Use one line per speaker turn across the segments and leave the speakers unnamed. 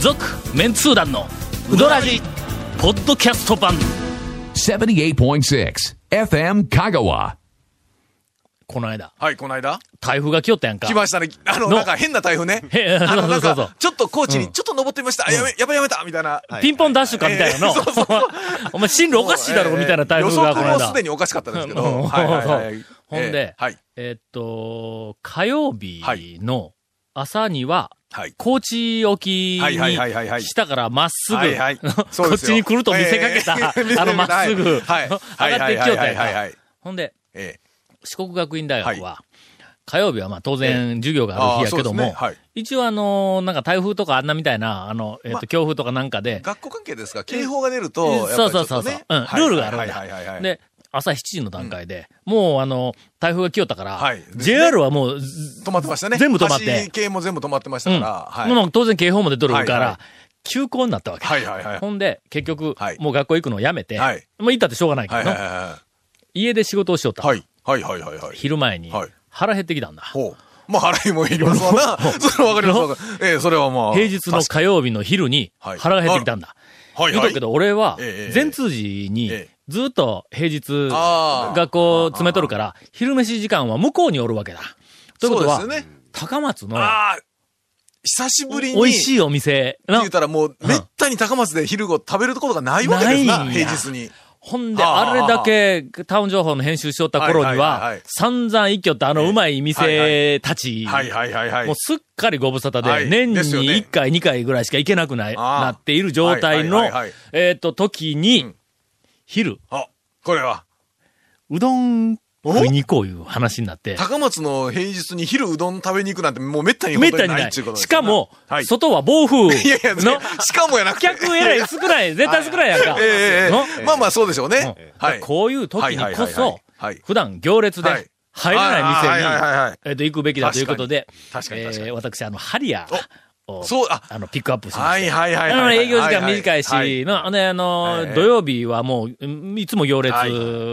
続メンツー団のウドラジポッドキャスト版
78.6 FM Kagawa.
この間
はい、この間
台風が来よったやんか
来ましたね。あの、
の
なんか変な台風ね。
へ
あ
そ
の、なん
うそうそう
か、ちょっと高知にちょっと登ってみました。あ、やめ、やばいやめたみたいな。
ピンポンダッシュかみたいなの、 お前進路おかしいだろみたいな台風がこの
予測も
間
すでにおかしかったんですけど。
うん
はいはいはい
そうほん
え
で
えはい。
えっと火曜日の朝には
はい。
高知沖
はいはい
に
はいはいはい
下からまっすぐ
はいはいそう
こ
で
っ
す
ち
よ
に来ると見せかけた、
ええ見せかけた
あのまっすぐ、
は
上
いはい
がってきよったやん
はいはいはいはいは
か
い。
ほんで、
ええ
四国学院大学は、火曜日はまあ当然授業がある日やけども、
ああそうですねはい
一応あの、なんか台風とかあんなみたいな、あの、えっ、と、
ま
強風とかなんかで、
学校関係ですか警報が出る
え
と、やっぱ
そう
りち
そ
ょ
う
っ
そうそ
と
う、
ね
うん、ルールがあるんだ。
はいはいはいはい。
で、朝7時の段階で、もうあの、台風が来よったから、
はいですね
JR はもうず、
止まってましたね。
全部止まって
橋系も全部止まってまし
う
た
ん
から。
もう当然警報も出とるから、
はいはい
休校になったわけ。
はいはいはい
ほんで、結局、
はい
もう学校行くのをやめて、
はい
もう行ったってしょうがないけど
はい
な、
はいは
家で仕事をしよった。
いはい。はいはいはいはいはい。
昼前に
はい、
腹減ってきたんだ。
ほう。まあ、払いもいり ますわな。それはわかりますわかります。ええ、それはまあ。
平日の
確か
火曜日の昼に
はい
腹が減ってきたんだ。
にはい
言う
は
と
い
くけ。ど、俺は
ええ、
前通時に
ええ、
ずっと平日、
ああ
学校詰めとるから、昼飯時間は向こうにおるわけだ。ということは
そうですよね、
高松の
ああ、久しぶりに。
美味し
って
いお店の
言ったらもう、めったに高松で昼ご食べることがないわけです
ない
な、
んや
平日に。
ほんで、
はあはあ
あれだけ、タウン情報の編集しよった頃に
はいはいはい
は
はい、
散々一挙ってあのうまい店たち、
はいはいはいはい。
もうすっかりご無沙汰で、
はい
年に
ですよね
1回、2回ぐらいしか行けなくない
ああ
なっている状態の、
はいはいはいはい
えっ、と、時に、
ん
昼、
あ、これは。
うどん食いに行こういう話になって、
高松の平日に昼うどん食べに行くなんてもうめったに
め
本
った
当に
に
な
ない
っ
い。
ていうことです
し
な
かも、
はい。
外は暴風
いやいや、
の、
しかもやなくて。
客えらい少ない、絶対少ないやんか。
ええええ
の
ええまあまあそうでしょうね
うん。
はい。
こういう時
はいは
に
い
こ
はいはい
そ
はい、
普段行列
はい
で入らない
ああはいはいはい
店
は
に
い、
えっと、行くべきだということで、
確かに確かに確かに
えー私、あの、ハリアーを、
そう、あ、
あの、ピックアップしました。
はいはいはいはい
あ
は
の
い。
営業時間短い
は
し、のあのあの
ええ
土曜日はもう、うんいつも行列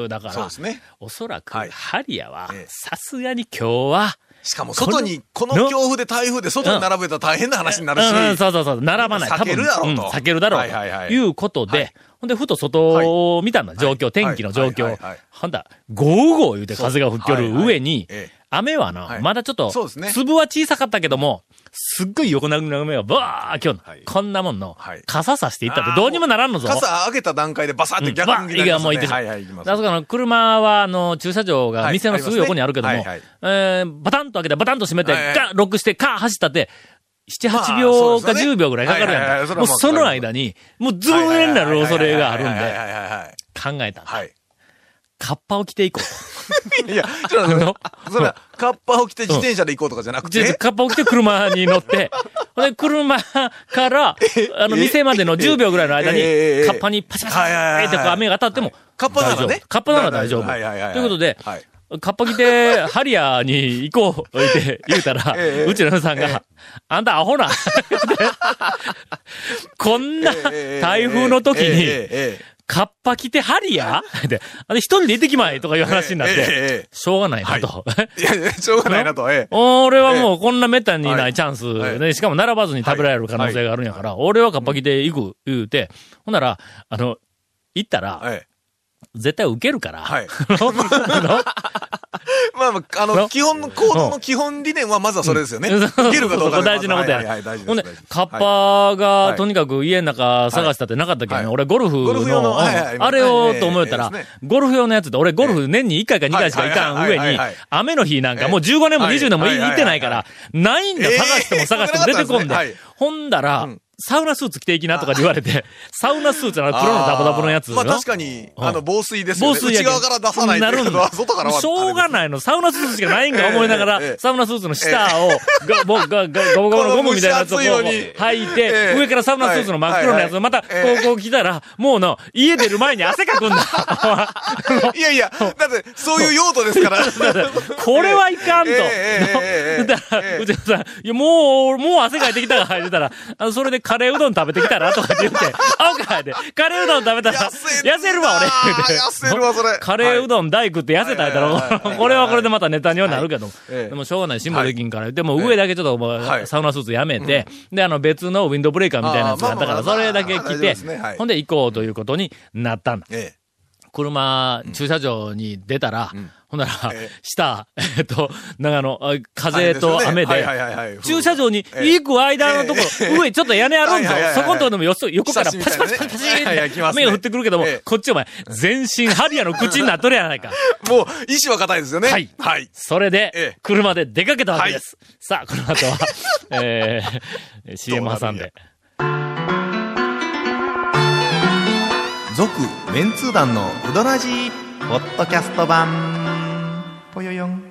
だから、
そうですね。
おそらく、
はい
ハリアは
ええ、
さすがに今日は、
しかも外に、この強風で台風で外に並べたら大変な話になるし。
うんうんそうそうそう、並ばない。
避けるだろうと
多分ん避けるだろうと。
はいいはいはいう
ことで、
はい
ほんで、ふと外を見たんだ、状況、天気の状
はい
況
はいはい。
ほんだ、ゴーゴー言うて風が吹きよる上に
そうはいはいええ、
雨はな
は、い
まだちょっと
そうです、ね
粒は小さかったけども、すっごい横殴りの雨がバーッ今日、
はい
こんなもんの
はい、
傘さしていったってどうにもならんのぞ。
傘上げた段階でバサって逆
うん
に
バーンい
切られますね
やもう行ってしまう
はいはい、行きます。
あそこの車は、あの、駐車場が
はい
店のすぐ横にあるけども、
ありますね
えーバタンと開けて、バタンと閉めて、
はいはい
ガッロックして、カー走ったって、7、
まあ
8秒か
そうですよ
10
ね
秒ぐらいかかる
はいはい
や
は
んか。
いそれ
もう
はまあ
その間に、もうズブーンになる恐れがあるん
はいはい
で、
はいはいはい
考えたんだ。
はい。
カッパを着てい こう。
はい。いや、ちょっと
あ
待っ
の
て、それは、カッパを着て自転車で行こうとかじゃなく
ちょっと
て、
カッパを着て車に乗って、ほんで、車から、あの、店までの10秒ぐらいの間に
えええええ、え
カッパにパシパシ
はいはいはいはい
ってこう雨が当たっても、
カッパなら
大
ね
丈夫。カッパなら大丈夫。と
はいはいはいはい
いうことで、
はい
カッパ着て、ハリアーに行こう、って言うたら、
ええ
うちの嫁さんが、あんたアホ な、言うてこんな
ええ
台風の時
えええ
に、
えええ
カッパ着てハリアーで、あれ一人で行ってきまいとかいう話になっ
ええええ
て
え、
しょうがないなと。
いやいや、しょうがないなと、ええ。
俺はもうこんなめったにな
はいい
チャンス
は
で、
い
しかも並ばずに食べられる可能性があるんやから、俺はカッパ着て行く、言うて、ほんなら、あの、行ったら、
ええ
絶対受けるから、
はい
あ のあ の
まあまあ、あ
の
の、基本の、行動の基本理念はまずはそれですよね。
そうそう
受けるかどうかで
大事なことや。
はいはいはい大事
ほん
で
です
大事です、
カッ
はい
パ
は
が、
い
とにかく家の中探したってなかったけど
はい
ね、俺ゴルフ
ゴルフ用の
の、うん
はいはい
あれを
ええ
と思えたら
ええです、
ゴルフ用のやつって、俺ゴルフ年に1回か2回しか行かん上
はいはいはい
に
はいはい、
雨の日なんか
ええ
もう15年も
はい
20年も
はいはい
行ってないから、ないんだよ、
ええ
探しても探しても出てこんで
はい。
ほんだら
ん、
サウナスーツ着ていきなとかって言われて、サウナスーツのあの黒のダボダボのやつ。
まあ確かに、
うん
あの、防水ですよ
防
ね。
水や
内
けど
側から出さないと
な
いう
る
こ
ん
と
だ
は、。 外からは。
しょうが
い。
ないの。サウナスーツしかないんか思いながら
ええええ、
サウナスーツの下 を、がぼががゴボゴボのゴムみたいなやつをこう
この蒸し暑いのに
履い
え
て、
え
上からサウナスーツの真っ黒のやつ
は
を
い
また、こ
ええ
う、こう着たら、もうの、家出る前に汗かくん だ。
いやいや、だって、そういう用途ですから。
これはいかんと。
ええええええ ええ
だから、うちのさん、いや、もう、もう汗かいてきたが、言ってたら、あのそれでカレーうどん食べてきたらとかって言って、あおかで、カレーうどん食べたら、
痩せるな
痩せるわ、俺。言うて
痩せるわそれ
カレーうどん大工って痩せたやった
はいはいはいは
ら、
い
これはこれでまたネタにはなるけども
ええ
でもしょうがない、辛抱できんから。でも上だけちょっとも
は
う、
い
サウナスーツやめて、で、あの別のウィンドブレーカーみたいなやつがあったから、
あーま
そ
あまあま
れ
あ
だけ
まあ大
来
丈夫
て
ですねはい、
ほんで行こうということになったんだ。
え
車、駐車場に出たら、ほんなら
ええ、
下、 えっと、長野、あ
あれ
風
ですよ
と
ね
雨
はい
で
はいはいはい、
駐車場に
ええ
行く間のとこ
え
ろ、上ちょっと屋根あるんぞ
はいはいはいは。い
そこんとこでもよそ横からパチ
久
パチ
しぶ
パ
り
チパ
だね
チ
はいはい来ますね
雨が降ってくるけども
ええ、
こっちお前、全身ハリアの口になっとるやないか。
もう、意志は固いですよね。
はい
はい。
それ
え
で
え、
車で出かけたわけです。さあ、この後 は、えー CM 挟んで。
続メンツー団のウドラジーポッドキャスト版ぽよよん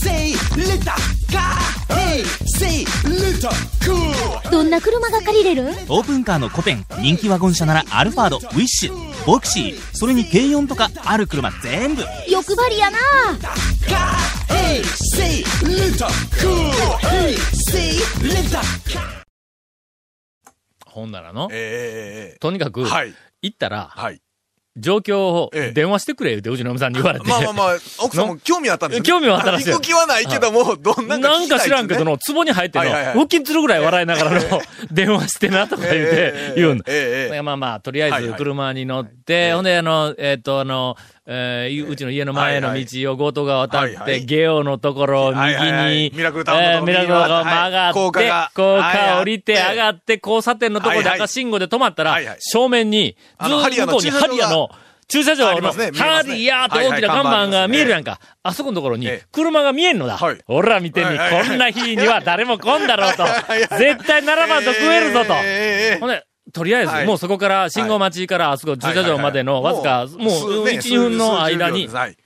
Say little car. Hey, say little cool.
どんな車が借りれるん
オープンカーの古典人気ワゴン車ならアルファードウィッシュボクシーそれに軽4とかある車全部
欲張りやな
Car. Hey, say little cool. Hey, say little.
ほんならの、
えええええ
とにかく
え、はい。
行ったら、
はい。
状況を
ええ
電話してくれ、って、うちの嫁さんに言われて。
まあまあま あ、奥さんも興味あったんですよね
興味はあったらしい
行く気はないけども、ど んな
なんんか
か聞きたい
知らんけど
の。
の、壺に入っての、
はいはいはい
腹筋するぐらい笑いなが らの、電話してなとか言うて
え、え
言うんだ。
ええええ
まあまあ、とりあえ
はい
ず
はい
車に乗って、ほんで、あの、えっと、あの、えーうちの家の前の
はいはい
道を強盗が渡っ
はいは
て、
い
ゲオのところを右
はいはいはい
に、
ミラクルタウンのところ
えーミラクルタウンのところを
右に
曲がって、
はい高架が
高
はい
架
はい
降りて
ええ
上がって、交差点のところで
はいはい
赤信号で止まったら
はいは、い
正面に、ず
あのハリ
ー
ア
っと
の
向こうにハリアの、駐車場
あり
の、
ますね見えま
ハ
すね
リアーって大きな看板が見えるやんか。あそこのところに
ええ、
車が見えんのだ
はい。
俺ら見てみ、
はいはいはい
こんな日には誰も来んだろうと。絶対7番と食えるぞと。
ええええええ
ほんで、とりあえず、
はい
もうそこから信号待ちからあそこ駐車場までのわずか、もう1、2分の間に、
はい。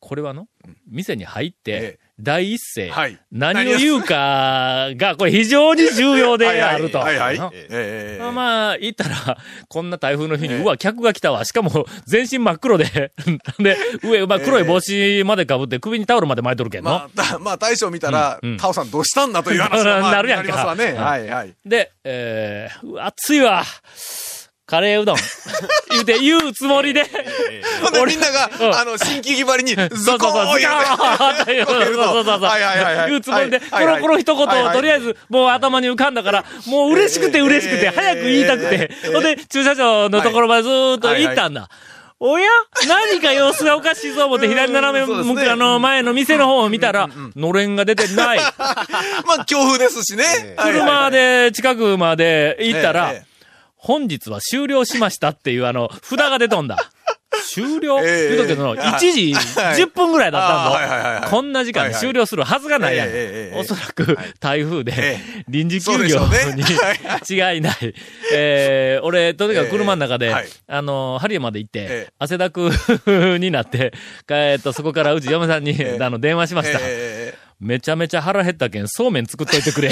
これはの、店に入っ
え
て、第一声
はい、
何を言うかが、これ非常に重要であると。
はいはい。
な
ええええ
まあまあ、行ったら、こんな台風の日に、うわ、客が来たわ。しかも、全身真っ黒で、 で、上、まあ、黒い帽子までかぶって、首にタオルまで巻いとるけんの。
まあ、たまあ、大将見たら
うんうん、
タオさんどうしたんだという話がまあ
なるやんか
りますわね。
うん
はいはい。
で、えー、うわ暑いわ。カレーう どん。言うて、言うつもりで、
ほんで、みんな
うん
が、あの、新規決まりに、ズコー
そうそうそう、
ン 言う
という、そ
て
うそうそう、
はいはいはいはい
言うつもりで、
はいはい
コロコロ一言を
はいはい
とりあえず、もう頭に浮かんだから、もう嬉しくて嬉しくて、
えー
早く言いたくて、ほんで、駐車場のところまでずーっと行ったんだ。おや何か様子がおかしいぞ思って、左斜め
うんそ
向
うです
く、
ね
あの、前の店の方を見たら、のれんが出てない。
まあ、強風ですしね。はいはい
車で近くまで行ったら
ええええ、
本日は終了しましたっていうあの、札が出とん だ。終了
え
言う
え
とくけど、
ええはい
1時
はい
10分ぐらいだ
あーはいはい
った
は
ん
い
ぞ。こんな時間で終了するはずがないやん
はいはいえええええ。え
おそらく台風で
え
臨時休
そうでし
業
ょうね
に
は い
違いない。えー俺、とにかく車の中
え
で
えはい、
あの、ハリエまで行っ
え
て
え、
汗だく になって、えっと、そこからうち嫁さんに、
え
あの、電話しました。
ええ
めちゃめちゃ腹減ったけん、そうめん作っといて くれ。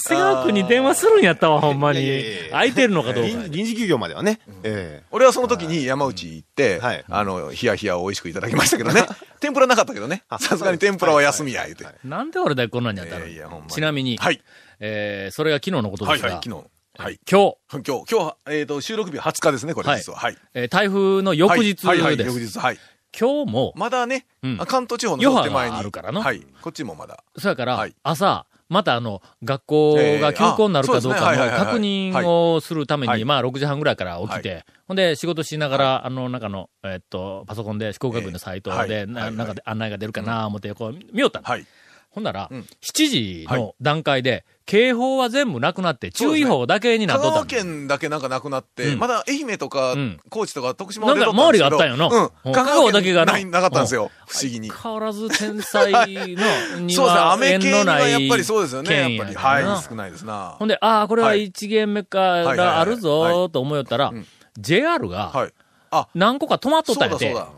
長谷川君に電話するんやったわ、ほんまに
いやいやいやい。や
空 いてるのかどうか。
臨臨時休業まではね、え
俺はその時に山内行って、
はい
あの、ヒヤヒヤを美味しくいただきましたけ どね。天ぷらなかったけどね。
あ
さすがに天ぷらは休みや、言うて
はい。
なんで俺だけこんなんにやったの
いやいやほんまに
ちなみに、
はい。
えーそれが昨日のことで
はい
すが、
はい、昨日。はい。
今日、
今日、今日は、えっ、と、収録日20日ですね、これ
はい
実は。はい。
えー台風の翌日です。
はいはいはい、翌日。はい。
今日も、
まだね、
うん
関東地方の
余
方
波
手前に
があるからな
はい。こっちもまだ。
そやから、
はい
朝、またあの、学校が休校になるかどうかの確
えーあそうですねはいはいはいはい
認をするために、
はい
まあ6時半ぐらいから起きて、ほんで仕事しながら、あの、中の、えっと、パソコンで、思考学院のサイト
えーはい
で、な
はい
なんかで案内が出るかな思って、こう、見よったの、
はい。
ほんなら、
うん
7時の段階で、警報は全部なくなって、注意報だけにな
香
っとった
川
の
県だけなんかなくなって、
うん
まだ愛媛とか、
うん
高知とか徳島
なんか周りがあったんよ
よ
な。
うん。香川だけがない、なかったんです
う
よ。不思議に。
変わらず天才 の、に
そうですね、
は
雨
縁
系
の
に
な
はいやっぱりそうですよね。
県
やっぱり。
からな
はい。少ないですな。
ほんで、ああ、これは
はい
1限目からあるぞーと思いよったら
いはいはいは、
JR が
はい。あ、
何個か止まっと
そ
っ
う
たんや
だ
て
そう。だ。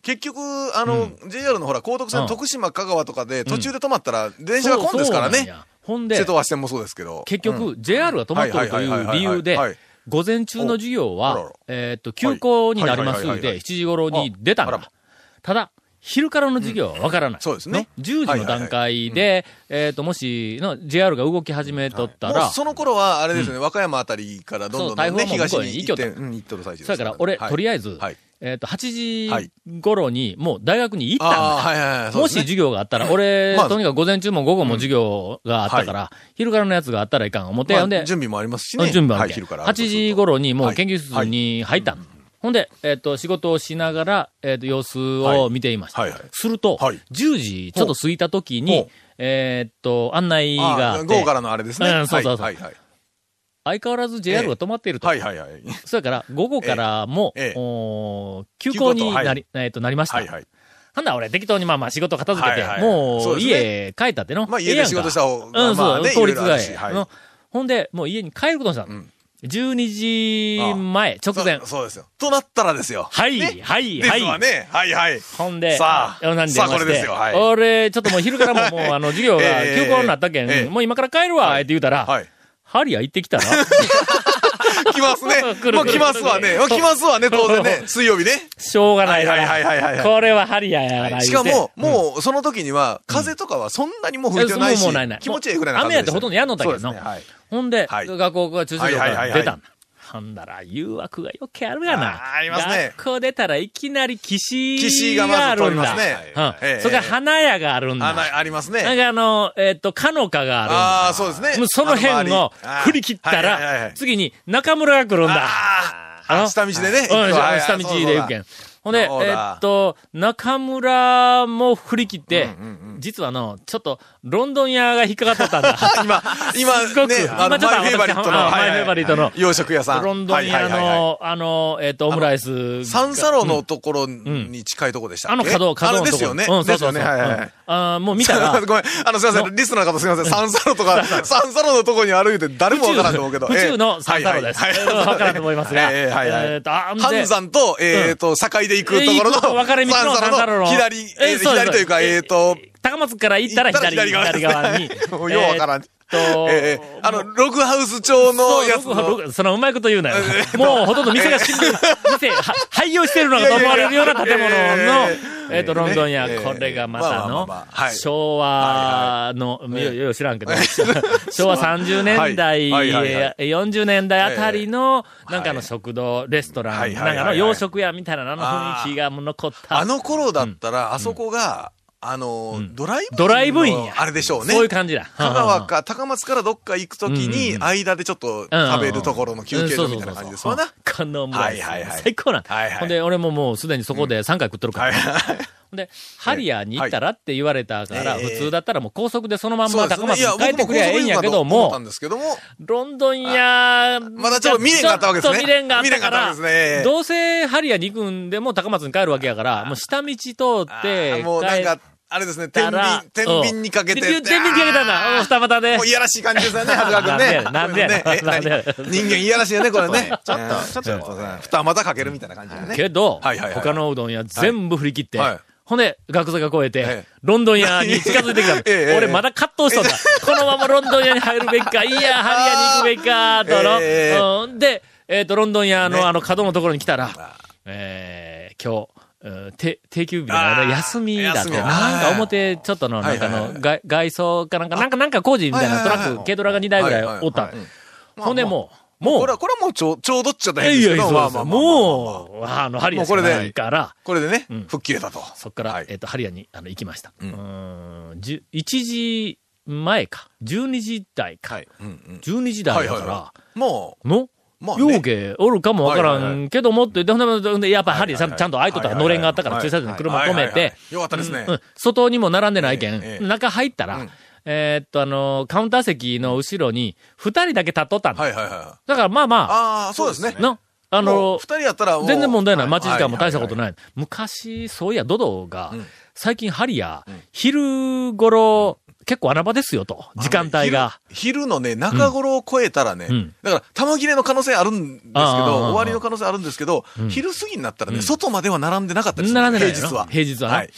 結局、あの、JR のほら、高徳線、
うん
徳島、香川とかで、途中で止まったら、電車が混んですから
そうそうなん
ね。
や。ほんで
瀬、戸橋線もそうですけど。
結
うん、
局、JR が止まっとるという理由で
はいはいはいはいはいはい、
午前中の授業
おあら
は
ら、
えーっと、休校になります
はいはいはいはいは
で、
い
7時頃に出たん
ああら
だ。ただ、7昼からの授業はわからない。
そうですね
の10時の段階で、えっと、もし、の、JR が動き始めとった
も
ら
う、その頃は、あれですよね、和歌山あたりからどんどんどんね、
そう台
東
風も向こうに
に行って、
行きよった
うん、行っとる最中
そやから俺、とり
あ
あえず
はい、
えっと、8
はい
時頃に、もう大学に行ったんだ。
ああ、はいはいはい。そう
も
で
し
すね
授業があ ったら、俺、
まあ
とにかく午前中も午後も授業があったから、昼からのやつがあったらいかん思って、
まあ
ほんで、
準備もありますしね。
準備はあ
は
る
い、
けん
昼から。
8時頃にも
は
う
い
研究室に入ったの、ほんで、えっ、と、仕事をしながら、えっ、と、様子を見ていました。
はいはいはい
すると、
はい
10時ちょっと過ぎた時に、
ほう
えっ、と、案内があ
あ
っ
あ
て
午後、からのあれですね。
うんそうそうそう
はいはい
相変わらず JR が止まっていると。
はい。はいはいはい。
それから、午後からも、
ええ
おー休校になり、えっ、と、なりました。
はいはい。
なんだ俺適当にまあまあ仕事片付けて、
はいはいそ
も
う
う
ですね
家帰ったっての。
まあ
ええや
家
ん
で
か
仕事した方
う
が、
ん、
ま
そ
あ
う、
ね、
効率
いろいろ
が
ある
いい
し。はい。
のほんで、もう家に帰ることにしたの。
ん
12時前、直前
そ。そうですよ。となったらですよ。
はい、
ね
はい、
ですわ
はい。
ね。はいはい。
ほんで、
さあ
あなんで
さあ
まして
これですよはい
俺、ちょっともう昼からももう、あの、授業が
ええ
休校になったけん、
ええ
もう今から帰るわ、って言うたら、
はい。
ハリア行ってきたら
来ますね
来る来。る
もう来ますわ
来
ね。
る
もう来ますわね、当然ね。水曜日ね。
しょうがないな。
はいはいはいはいはい
これはハリアやな、
しか
言う
も
て、
もうその時には、風とかはそんなにもう吹いてないし
もうないない、
気持ちいいぐらいの
雨
風
やって
でした
ほとんどやんのだけど
そうですねはい
ほんで、
はい
学校が駐車場か
はいは
ら
いはいはい
出たんだ。ほんだら、誘惑がよくあるが
あ
な。
ーありますね
学校出たらいきなり岸
岸が
があ
まず
る
通
ん
りま
だ。
すね。
うん
ええ
それから花屋があるんだ。
あなあります
なん
ね。
かあの、えっ、と、かのかがあるんだ。
ああ、そうですね
もう。その辺を振り切った
あの周りあーはいはいはいは
ら
い、
次に中村が来るんだ。
あ
あの
あ、下道でね。行く
うん、
わ
下道で行くけん。ほんで、え
そうだ
ーっと、中村も振り切って、実はあの、ちょっと、ロンドン屋が引っかかっとったんだ。
今、
すごく
今ね、あ
今
の、
ちょっと
マイフェイバリットの、
あ
はい
マイフ
はい
ェイバリットの
洋食屋さん。
ロンドン屋
はいはいはいはい。
の、あの、えーっと、オムライスが。
サンサロのところに近いところでした
あ
っけ
の角、角
あ
のところ。
れですよね。
うん、そう
です
そ
よ
うそ
ね。
う。
はいはいは
うん
い。
あーもう見た ら、
ごめん。あの、すいません。リスナーの方すいません。サンサロ とか、サンサロのところに歩いて誰
宇
もわ
宙
からんと思うけど。
宇宙のサンサロです。
はいはいはい
わ からんと思いますが。
ええはいはい
えーっと、あんで
半山と、えっと、境で行くところ
行く
の、
分かれ道の
三
三叉
叉路
路
の
の
左、えー
そうです
左というか、えっと、
高松から行ったら左、
行ったら
左
左
側
側
に
ですね。 もうようわからん
えーっと、
ええ、あの、ログハウス調のやつ
そうロ
の
グ、ログそのうまいこと言うなよ。もうほとんど店が死んでる、店、は廃業してるのかと思われるような建物の、
いやいやいや
えっと、ロンドンや、
ええ
これがまた
まあ
の
まあまあまあは、い
昭和の、いやいや知らんけど、昭和30年代、
はいはいはい
40年代あたりの、なんかの
はい
食堂、レストラ
はい
ン、
は
な
いはいは
ん
い
かの洋食屋みたいなの雰囲気がもう残った。
あの頃だったら、あそこが、あの、ドライブインの。
ドライブインや
あれでしょうね。
そういう感じだ。
香川か、高松からどっか行くとき
うんうん
に
う、ん
間でちょっと
うんうんうん
食べるところの休憩所みたいな感じですわな。
カノムライス。
はいはいはい
最高なんだ
はいはい
ほんで、俺ももうすでにそこで3回食っとるから。
はいはい。
ほんで、ハリアーに行ったらって言われたから、
はいええ
普通だったらもう高速でそのまん
そ
ま
うです
高
ね。
松
いや、
に
僕
帰ってく
も高
り
速
ゃええん
行
や
く
け
か
ど
と思っ
も
たん、ですけども、
ロンドンや、
まだちょっと未練があったわけですね
ちょっと未練があったから、
未練があったわけですねええ
どうせハリアーに行くんでも高松に帰るわけやから、もう下道通って
あー、もうなん
帰っ
か、あれですね、天
たら
秤、天秤にかけて。
うん天秤にかけたんだ。うん二股で。
もういやらしい感じで すよね、長谷川君ね。
なんでやねん
これも
なんでやねん
ねえ何人間いやらしいよね、これね。ちょっと、
ちょっと
二股かけるみたいな感じだね。
けど、
はいはいはい
他のうどん屋全部振り切って、
はい
ほんで、学生が超えて、
ええ。
ロンドン屋に近づいてきたの
ええええ
俺まだ葛藤しとんだ。 このままロンドン屋に入るべきか、いや、ハリアに行くべきか、との。
ええ
うんで、えっ、と、ロンドン屋の、
ね
あの角のところに来たら、えー今日、うんて定休日だか
あ
ら
ー
休みだって、
休みだ
なんか表、ちょっとの、なんか
はいはい
の、外外装かなんか、なんか、なんか工事みたいなトラ
はいはい
ック、
はい
軽トラが2台ぐらい
はいはいはい
おったの。ほんでもう、も
こ
う
れ、は、これはもうちょう、ちょうどっちゃった
い
ら
や
変
い
です
や、
けど、まあま
そ
あ
う
まあまあまあまあ
もう、あの、ハリアしかないから、
これでね
うん、
吹っ切れたと。
そっから、
はい
えっ、と、ハリアに、あの、行きました。うーん、じゅ1時前か、12時台か、
うんうん
12時台だから、
はいはいはも
の、
まあね
ようけおるかもわからんけどもって、でほんで、ほんでやっぱりハリアちゃんちゃんと開いとったら、
はいは
のれ
いはい
んがあったから、
はい
駐車場に
う。
車止め
はいはいは
て
い、よかったですね。
うん、外にも並んでないけん、
ええええ
中入ったら、
うん
えーっと、あの、カウンター席の後ろに、2人だけ立っとったんだ。
はいはいはい。
だから、まあまあ、
ああ、そうですね。
の、あ
もう
の
二、人やったらもう
全然問題ない。
は
待ち時間も大したこと
は
ない。昔、そういや、ドドが
うん、
最近ハリア、昼頃、結構穴場ですよと、
いはい
時間帯が。
昼昼のね、中頃を超えたらね、
うん
だから、玉切れの可能性あるんですけど、
ああ
終わりの可能性あるんですけど、
ん
昼過ぎになったらね、
うん
外までは並んでなかったですね
並んでないよな
平日は。
平日はな
はい。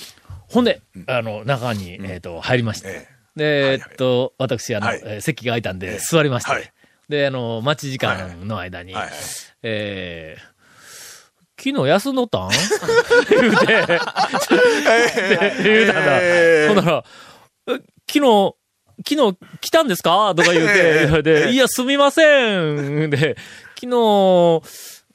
ほんで、あの、中に、えっと、入りました。
え
で、え
はいはい
っと、私、あの、
はい
えー席が空いたんで、座りました
はい。
で、あの、待ち時間の間に
はいはい、
えー昨日休んどったん 言うて、って言うたんだ。ほんなら、え昨日、昨日来たんですかとか言うて、言われていや、すみません。で、昨日、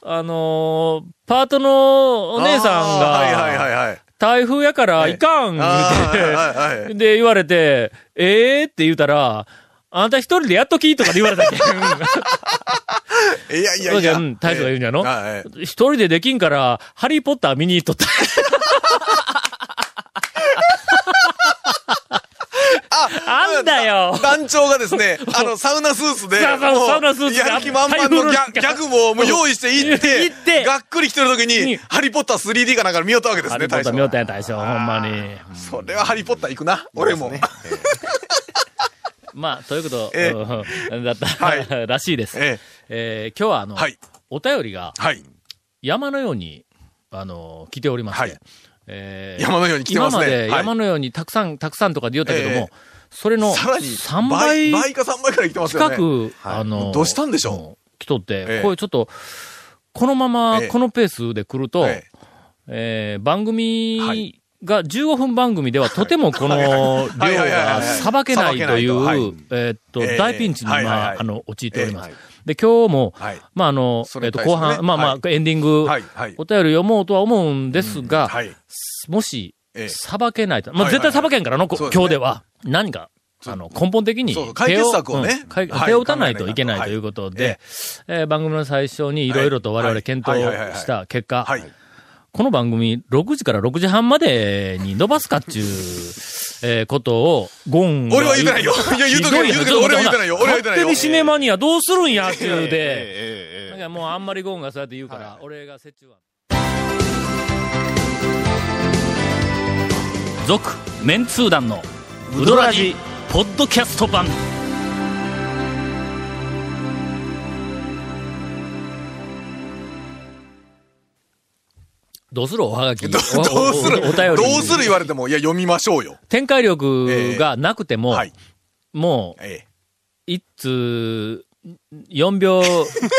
あのーパートのお姉さん
あーはいはい
が、
はいはい。
台風やからいかん、
あー
言うて
はいはいはい。
で、言われて、ええー、って言うたら、あんた一人でやっときとかで言われたけん。
いやいやいや。
うん大将が言うんやろ
はいはい
一人でできんから、ハリーポッター見に行っとった。あんだよ
団長がですね、あの、サウナスーツで、
そうそう
もう
サウナスーツで
やる気満々のギ
台風の
ャギャグももう用意して行って、
行って
がっくり来てる時
に
に、ハリーポッター 3D かなんか見よったわけです
ハリ
ね、
ーポッ
大
ター
将
見よったんや、大将、ほんまに。
それはハリーポッター行くな、俺も。
まあ、ということ、
え
うんだった、
は
らしいです。
ええ
えー今日はあの、
はい。
お便りが
はい。
山のように、あの、来ておりまして、
はい
えー
山のように来てますね。
今まで
はい
山のようにたくさん、たくさんとかで言ったけども、
ええ
それの
さらに
3倍
倍倍か3倍くらい来てますよ
近
ね。
く、
はい
あの、
どうしたんでしょ
う来とって、
ええ
これちょっと、このまま、
ええ
このペースで来ると、え
ええ
ー番
は
組
い
が、15分番組ではとてもこの量
はいはいはい
が
はい
さばけないとい
捌けないとは
う
い、
えーっと、
ええ
大ピンチに、
はいはい
ま
は
あ
い、
あの、陥っております
ええ。
で、今日も、
はい
まあ、あの、え
そ
ーっ
れに
と、
対して
後
ね
半、まあまあ、エンディング、
はい。はい。
お便り読もうとは思うんですが、
はい。
もし、
ええ
さばけないと。まあ、
はい
絶対さばけんからの、こ
そうですね
今日では。何か、あの、根本的に手を、
そうそう解決策をね
うん解
はい
手を打たないといけない
考
と
えないと
いうこと
は
で
い、
えー番組の最初にいろいろと我
は
々
い
検討した結果、
はい。
この番組6時から6時半までに伸ばすかっちゅう、えーことを、ゴンが。
俺は言うてないよ。いや、言うとけど、言うとけど、俺は言うてないよ。俺は言うてない
勝手
よ。
にシネマニアどうするんやっていうで、
えええ
な
え
んかもうあんまりゴンがそうやって言うから、俺が折衷案。
続メンツー団のウドラジポッドキャスト版
どうするおはがき。
ど
お
どうする
おおお便り。
どうする言われても、いや、読みましょうよ。
展開力がなくても、
はい。
も
え
う、
え。
一通、4秒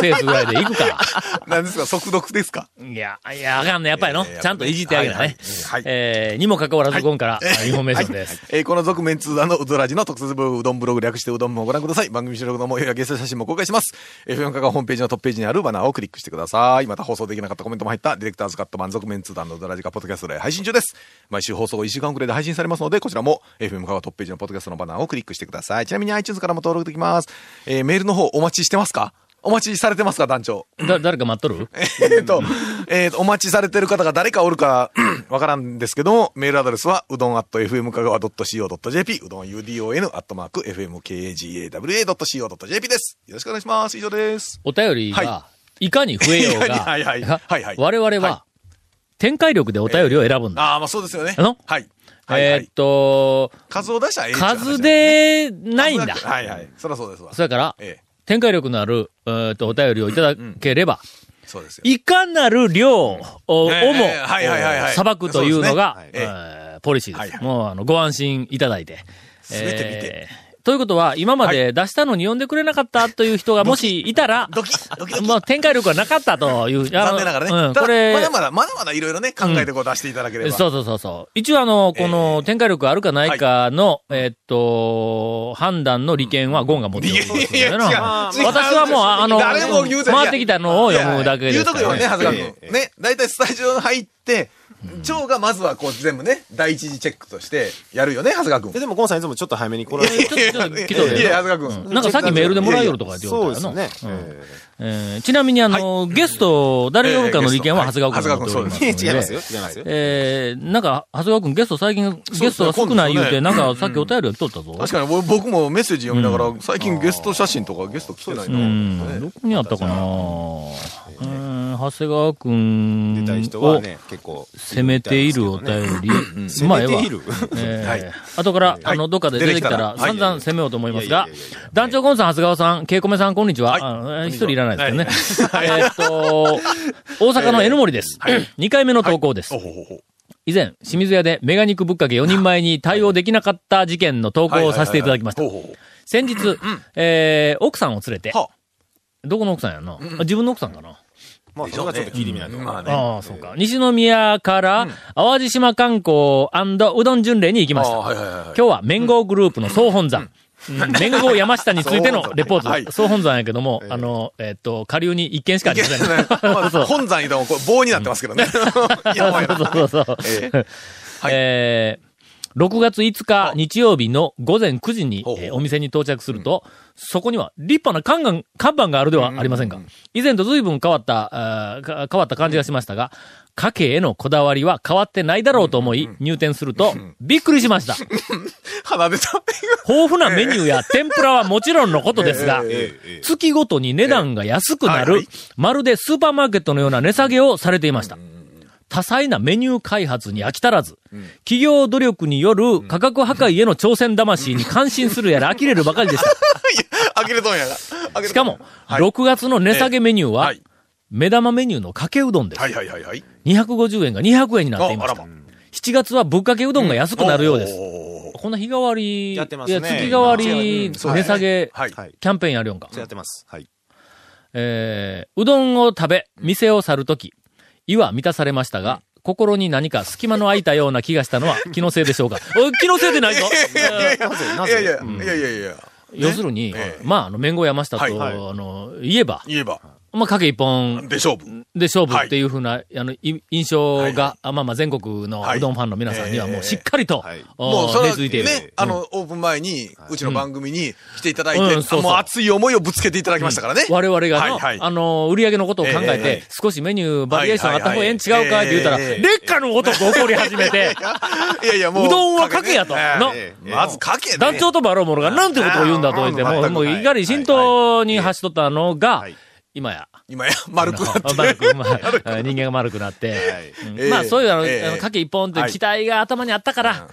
ペースぐらいでいくか。
何ですか、速読ですか
いや、いや、あかんね。やっぱりの、
ええ
ちゃんといじってあげなね。
はいはい
えーにもかかわらず、今から、インフォメーションです。
えーこの続面通談のうどらじの特設ブログ、うどんブログ略してうどんもご覧ください。番組収録の模様やゲスト写真も公開します。F4 カがホームページのトップページにあるバナーをクリックしてください。また放送できなかったコメントも入ったディレクターズカット満足面通談のうどらじがポッドキャストで配信中です。毎週放送1週間くらいで配信されますので、こちらも FM カがトップページのポッドキャストのバナーをクリックしてください。ちなみに iTunes からも登録できます。えーメールの方お待ちしてますかお待ちされてますか団長。
だ、誰か待っとる
えっと、えっと、お待ちされてる方が誰かおるか、 うんわからんですけども、メールアドレスは、うどん at fm 香川 .co.jp、うどん udon at mark fmkagawa.co.jp です。よろしくお願いします。以上です。
お便りが
はい
かに増えよう
い
が、
かにはいはいはいはい
我々は
は、
展開力でお便りを選ぶんだ。
ああ、まあそうですよね。
あの
はい。はい、は
えーっ
い。
と、
数を出したらええっていう話なん
数でないんだ。
はいはい。そりゃそうですわ。
それから、
ええ、
展開力のある、えーっと、お便りをいただければ、
そうですよ。
いかなる量ををも、
ええええはいはいはいはい
さばくというのが
そうです、ねはい
えーポリシーです。
はい
もう、あの、ご安心いただいて。
全て見て
えーということは、今まで出したのに読んでくれなかったという人がもしいたら、
ドキッ、ドキドキ。
もう展開力がなかったという。残
残念ながらね。
うん、
た
こ
だ
れ、
まだまだ、まだまだいろいろね、考えてこう出していただければ。
そうそうそうそう。一応あの、この展開力あるかないかの、えーっと、判断の利権はゴンが持っております
いやいや
の
違
で
う違う
私はもう、あの、
誰も言うてない
回ってきたのを読むだけです
言う
か
と
ら。
くよね、長谷
え
川
ええ
君。ね、大体スタジオに入って、ジョーがまずはこう全部ね、第一次チェックとしてやるよね、長谷川君
え。でも、ゴンさんいつもちょっと早めに来られ
ちょ
て。
っと、ちょっと来とる
いや、長谷川
う
君。
んなんかさっきメールでもらえよるとかって言
そうう
た
で
よ
す
な。
ね。
うん
え
えーちなみにあの、ゲスト、誰呼ぶかの利権は
え
長
え
谷川君が持っております
え
の
違
で。
い ますよ。違いますよ。
えーなんか、長谷川君ゲスト最近、ゲストが少ない言うて、
そうですね
なんかさっきお便りを取ったぞ。
確かに俺僕もメッセージ読みながら、最近ゲスト写真とかゲスト来てないな。
うん、どこにあったかな、えー長谷川君
出たい人
を
はね、結構。
攻めているお便り。
攻めている。
えー
はい
後から、あの、どっかで出てきたら、
出てきたら
散々攻めようと思いますが
いやいやいやいやいや、
団長コンさん、長谷川さん、ケイコメさん、こんにちは。あのえー一人いらないですけど ね。えーっと、大阪の N 森です。2回目の投稿です
お。ほほほ
以前、清水屋でメガ肉ぶっかけ4人前に対応できなかった事件の投稿をさせていただきました
ほう。ほうほう
先日、えー奥さんを連れて
はあ、
どこの奥さんやんなあ自分の奥さんかな
まあ、それはちょっと聞いてみないと。
まあね。
ああ、そうか。西宮から、淡路島観光うどん巡礼に行きました。
あはいはいはいはい
今日は、綿号グループの総本山。うん、綿号山下につい てのレポート。
はい
総本山やけども、あの、えっと、下流に一軒しかありません。
ま あ
そう
本山にでもこう棒になってますけど ね。 やばいな。
そうそうそう。
えはい
えー6月5日日曜日の午前9時に
ほうほう
えーお店に到着すると、そこには立派な看板看板があるではありませんか。以前と随分変わった、あーか変わった感じがしましたが、家計へのこだわりは変わってないだろうと思い入店すると、びっくりしました。
鼻出た。
豊富なメニューや天ぷらはもちろんのことですが、月ごとに値段が安くな
ええは
る
い、
まるでスーパーマーケットのような値下げをされていました。多彩なメニュー開発に飽き足らず、企業努力による価格破壊への挑戦魂に感心するやら呆れるばかりでした。
開けるとんやが。開けるとん
しかも、
はい
6月の値下げメニューは
はい、
目玉メニューのかけうどんです
は。いはいはいはい。
250円が200円になっていました。
ああら
7月はぶっかけうどんが安くなるようです。
おー
こんな日替わり、
やってますね
いや月替わり
今
値下げ
はい。
はい。
キャンペーンやるよんか。
そうやってます。はい。
えーうどんを食べ、店を去るとき、胃は満たされましたが、心に何か隙間の空いたような気がしたの は気のせいでしょうか。お気のせいでないぞ、えー
なぜ、ない
やいや
ぜ、、
いやいやいや、
要するに、
ええ
まあ、あの、面後山下と、
はいはい
あの、言えば、
言えば、
まあ、影一本
で勝負。
で勝負っていうふうな、あの、い印象が、
はいは
あまあまあ全国の
はいう
どんファンの皆さんには
ええ
もうしっかりと、
はい
お
もうそれ
根
は
付いている。
ね、あの、オープン前に、うちの番組に来ていただい
うんうん
て、
そうそう
もう熱い思いをぶつけていただきましたからね。
我々がの、
はいはい
あの、売り上げのことを考え
ええ
て
ええ、
少しメニューバリエーションあった方がええん違うかって言うたら、
はいはいはいええ
劣化の男怒り始 めて、
いやいや、もう。
うどんはかけやと
ね
の
ええまずかけね
団長とバローモルがなんてことを言うんだと言って、
あー
もう、もう、
全く
いかに浸透に走っとったのが
はい、
今や、
今や、丸くなって
あ。丸く、ま あ、人間が丸くなって、うん
ええ
まあ、そういう、あの、
ええ
あのかけ一本という
はい
期待が頭にあったから、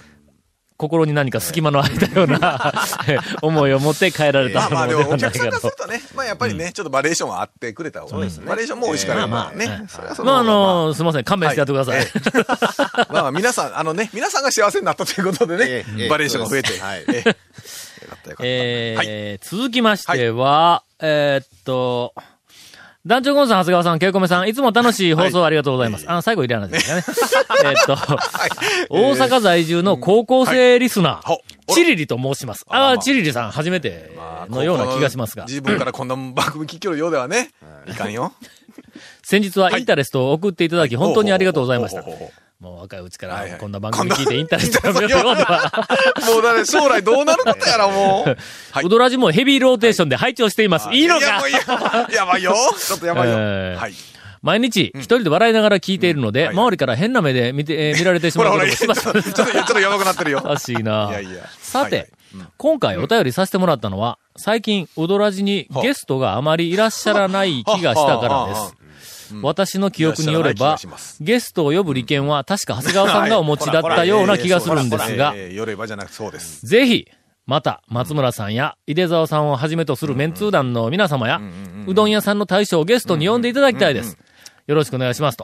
心に何か隙間の空いたような 思いを持って帰られ
ま
た
あま
も
あ
の
で
で
も
はな
お
い
客さ
か
んからす
と
る。とね、まあやっぱりね、ちょっとバリエーションはあってくれた方が、バリエーションも美味しかったからね。それはその
まあ、あの、すみません、勘弁してやってください。
まあまあ皆さん、あのね、皆さんが幸せになったということで ね
えええ、え
バリエーションが増えて。
そう
ええよかったよかった。
え
は
ー
い。
続きましては、えーっと、団長ゴンさん、長谷川さん、ケイコメさん、いつも楽しい放送ありがとうございます。あの、最後いらないですか ね。えーっと、大阪在住の高校生リスナー、
はいほ
チリリと申します。
あら
あ
ま
あ、
あ
チリリさん、初めてのような気がしますが、
自分からこんな番組聞きよるようではね、いかんよ。
先日はインタレストを送っていただき、本当にありがとうございました
ほうほうほうほ。
もう若いうちか
はい
ら
はい
こんな番組聞いてインタレストを送るようでは。
もうだね、将来どうなることやらもう。は い。
ウドラジもヘビーローテーションで拝聴しています。いいのか
いやもういややばいよ。ちょっとやばいよ。
えー
はい。
毎日、一人で笑いながら聞いているので、
はい
周りから変な目で見て、えー見られてし
ほ
ま
ら
うこ
ほ
と
ら、
も
ち
し
ょ
ば
っ
しば。
と、ちょっと、ちょっとやばくなってるよ。
おかしいな。
いやいや
さて、
はい
今回お便りさせてもらったのは、最近、踊らじに
はあ
ゲストがあまりいらっしゃらない気がしたからです。私の記憶によれ
いら
ば
っしゃらない気がします、
ゲストを呼ぶ利権は確か長谷川さんがお持ちだったような気がするんですが
え、ーよればじゃなくそうです。
ぜひ、また、松村さんや、井出沢さんをはじめとするメンツー団の皆様や、うどん屋さんの大将をゲストに呼んでいただきたいです。よろしくお願いしますと。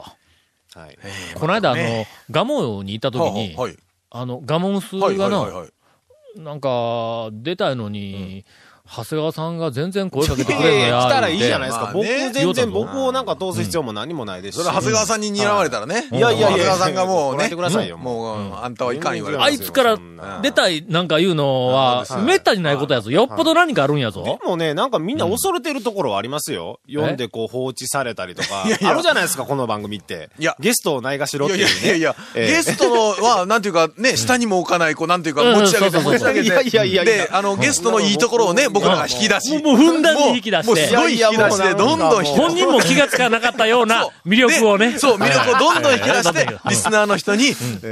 はい。
この間、あの、ガモに行った時に、
はあはい。
あの、ガモンス
はい。
が
はい。
な、
はいはい。
なんか、出たいのに、長谷川さんが全然声かけてく
い
れん
や
の
いや
や。
来たらいいじゃないです
ま
か。
あ
僕
ね
全然、僕をなんか通す必要も何もないですし。
それは長谷川
ん。
さんに睨まれたらね。
いやいや
長
いや
谷川さんがもう
捉
ね
えてくださいよ、
もう、あんたはいかん言われ
あ
ます
い
よ
つから出たいなんか言うのは、
そうです
めったにないことやぞ。よっぽど何かあるんや
で
ぞ。
もね、なんかみんな恐れてるところはありますよ。読んでこう放置されたりとか。あるじゃないですか、この番組って。
いや
ゲストをないがしろっ
い
て
や
い、
いう
ね
や。いやいや、
ええ
ゲストのは、なんていうかね、下にも置かない、こう、なんていうか、
うんうん
持ち上げて、
そうそうそ
持ち
う
上げて。
いやいやいやいや
で、あの、ゲストのいいところをね、僕らが引き出し。
もうもうふんだんに引き出して
もうもうすごい引き出し
いやい
て、
やもう
どんどん引き出
本
して。
人も気がつかなかったような魅力をね。
でそう、魅力をどんどん引き出し
ええ
て、リスナーの人に、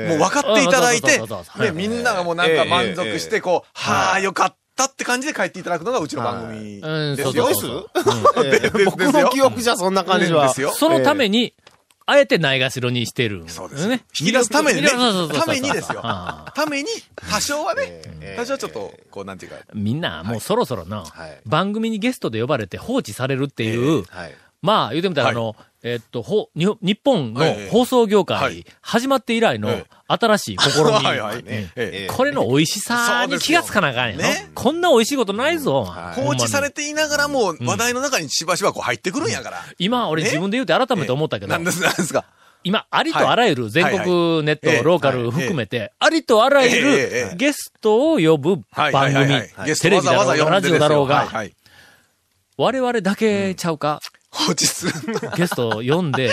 もう分かっていただいて
そうそうそうそう、
ね、みんながもうなんか満足して、こう、はあ、よかったって感じで帰っていただくのがうちの番組
うん、
で
そう
す
そ
よ
う
で。
そう
ええ僕の記憶じゃそんな感じは。
ですよ。
そのために、あえてないがしろにしてるんね。
そうですよ。引き出すためにね
魅力そうそうそう。そう
ためにですよ
あ。
ために、多少はね
ええ、
多少はちょっと、こう、なんていうか、
みんな、もうそろそろな、
はい
番組にゲストで呼ばれて放置されるっていう、
はい。
まあ、言うてみたら、
はい
あの、えっと、ほ、日本日本の
ええ
放送業
は
界
い、
始まって以来の
ええ
新しい 試み。
はいはい
ね
ええ
これの美味しさ
そう
に
ですよ
気がつかなあかんやろ
ね
こんな美味しいことないぞ。ほん
放
まに
置されていながらも、話題の中にしばしばこう入ってくるんやから。
今、俺
ね
自分で言うて改めて思ったけど
な、んです、なんですか。
今、ありとあらゆる全国ネット、
はいはい
ローカル含めて、ありとあらゆ
えええええ
る
え
ゲストを呼ぶ
はい
番
はい
組
はいはいゲ、ス
テ
ト
レ
わ
ビ
ざ
だ
わ
ろ
ざ
うが、
呼ん
ラ
で
ジオ
です
だろ
よ
う
はい
が、
はい。
我々だけちゃうか、
放置する。
ゲストを呼んで、
違う、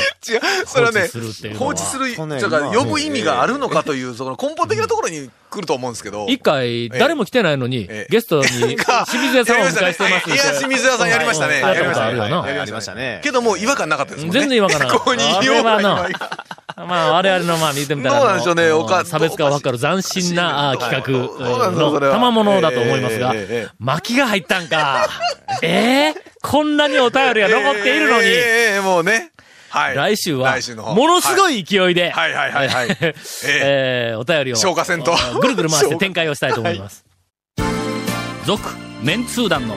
それは
放
ね
置するっていう、のは
放置する、
去
だ
年
から
まあ
呼ぶ意味があるのかという、その根本的なところに来ると思うんですけど。
一回、
ええ
誰も来てないのに
ええ、
ゲス トに、清水屋さんをお迎えしてます
いや清水屋さんやりましたね
うんやったことあるよ
やりました
な
ね。
やりましたね。
けどもう違和感なかったですもんね。
全然違和感なかった
ここにいよう
あれはな
違和感
まあ、我々の、まあ、見てみたら、
どうなんでしょうね
あの
おか
差別化を図る斬新なあ
どう
企
どうどう
画
なんですか
の
それは
賜物だと思いますが
ええええええ、
巻きが入ったんか。ええこんなにお便りが残っているのに
ええ、ええもうね。はい。
来週は
来週の、方
ものすご
い。
い勢いで、
はいはいはいはいはい。ええ
えーお便りを、
消化せんと
ぐるぐる 回して展開をしたいと思います。続、メンツー団の、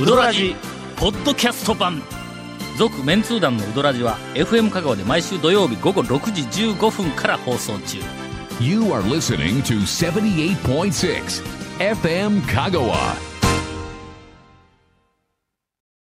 ウドラジ、ポッドキャスト版。続、メンツー団のウドラジは、FM 香川で毎週土曜日午後6時15分から放送中。
You are listening to 78.6 FM Kagawa.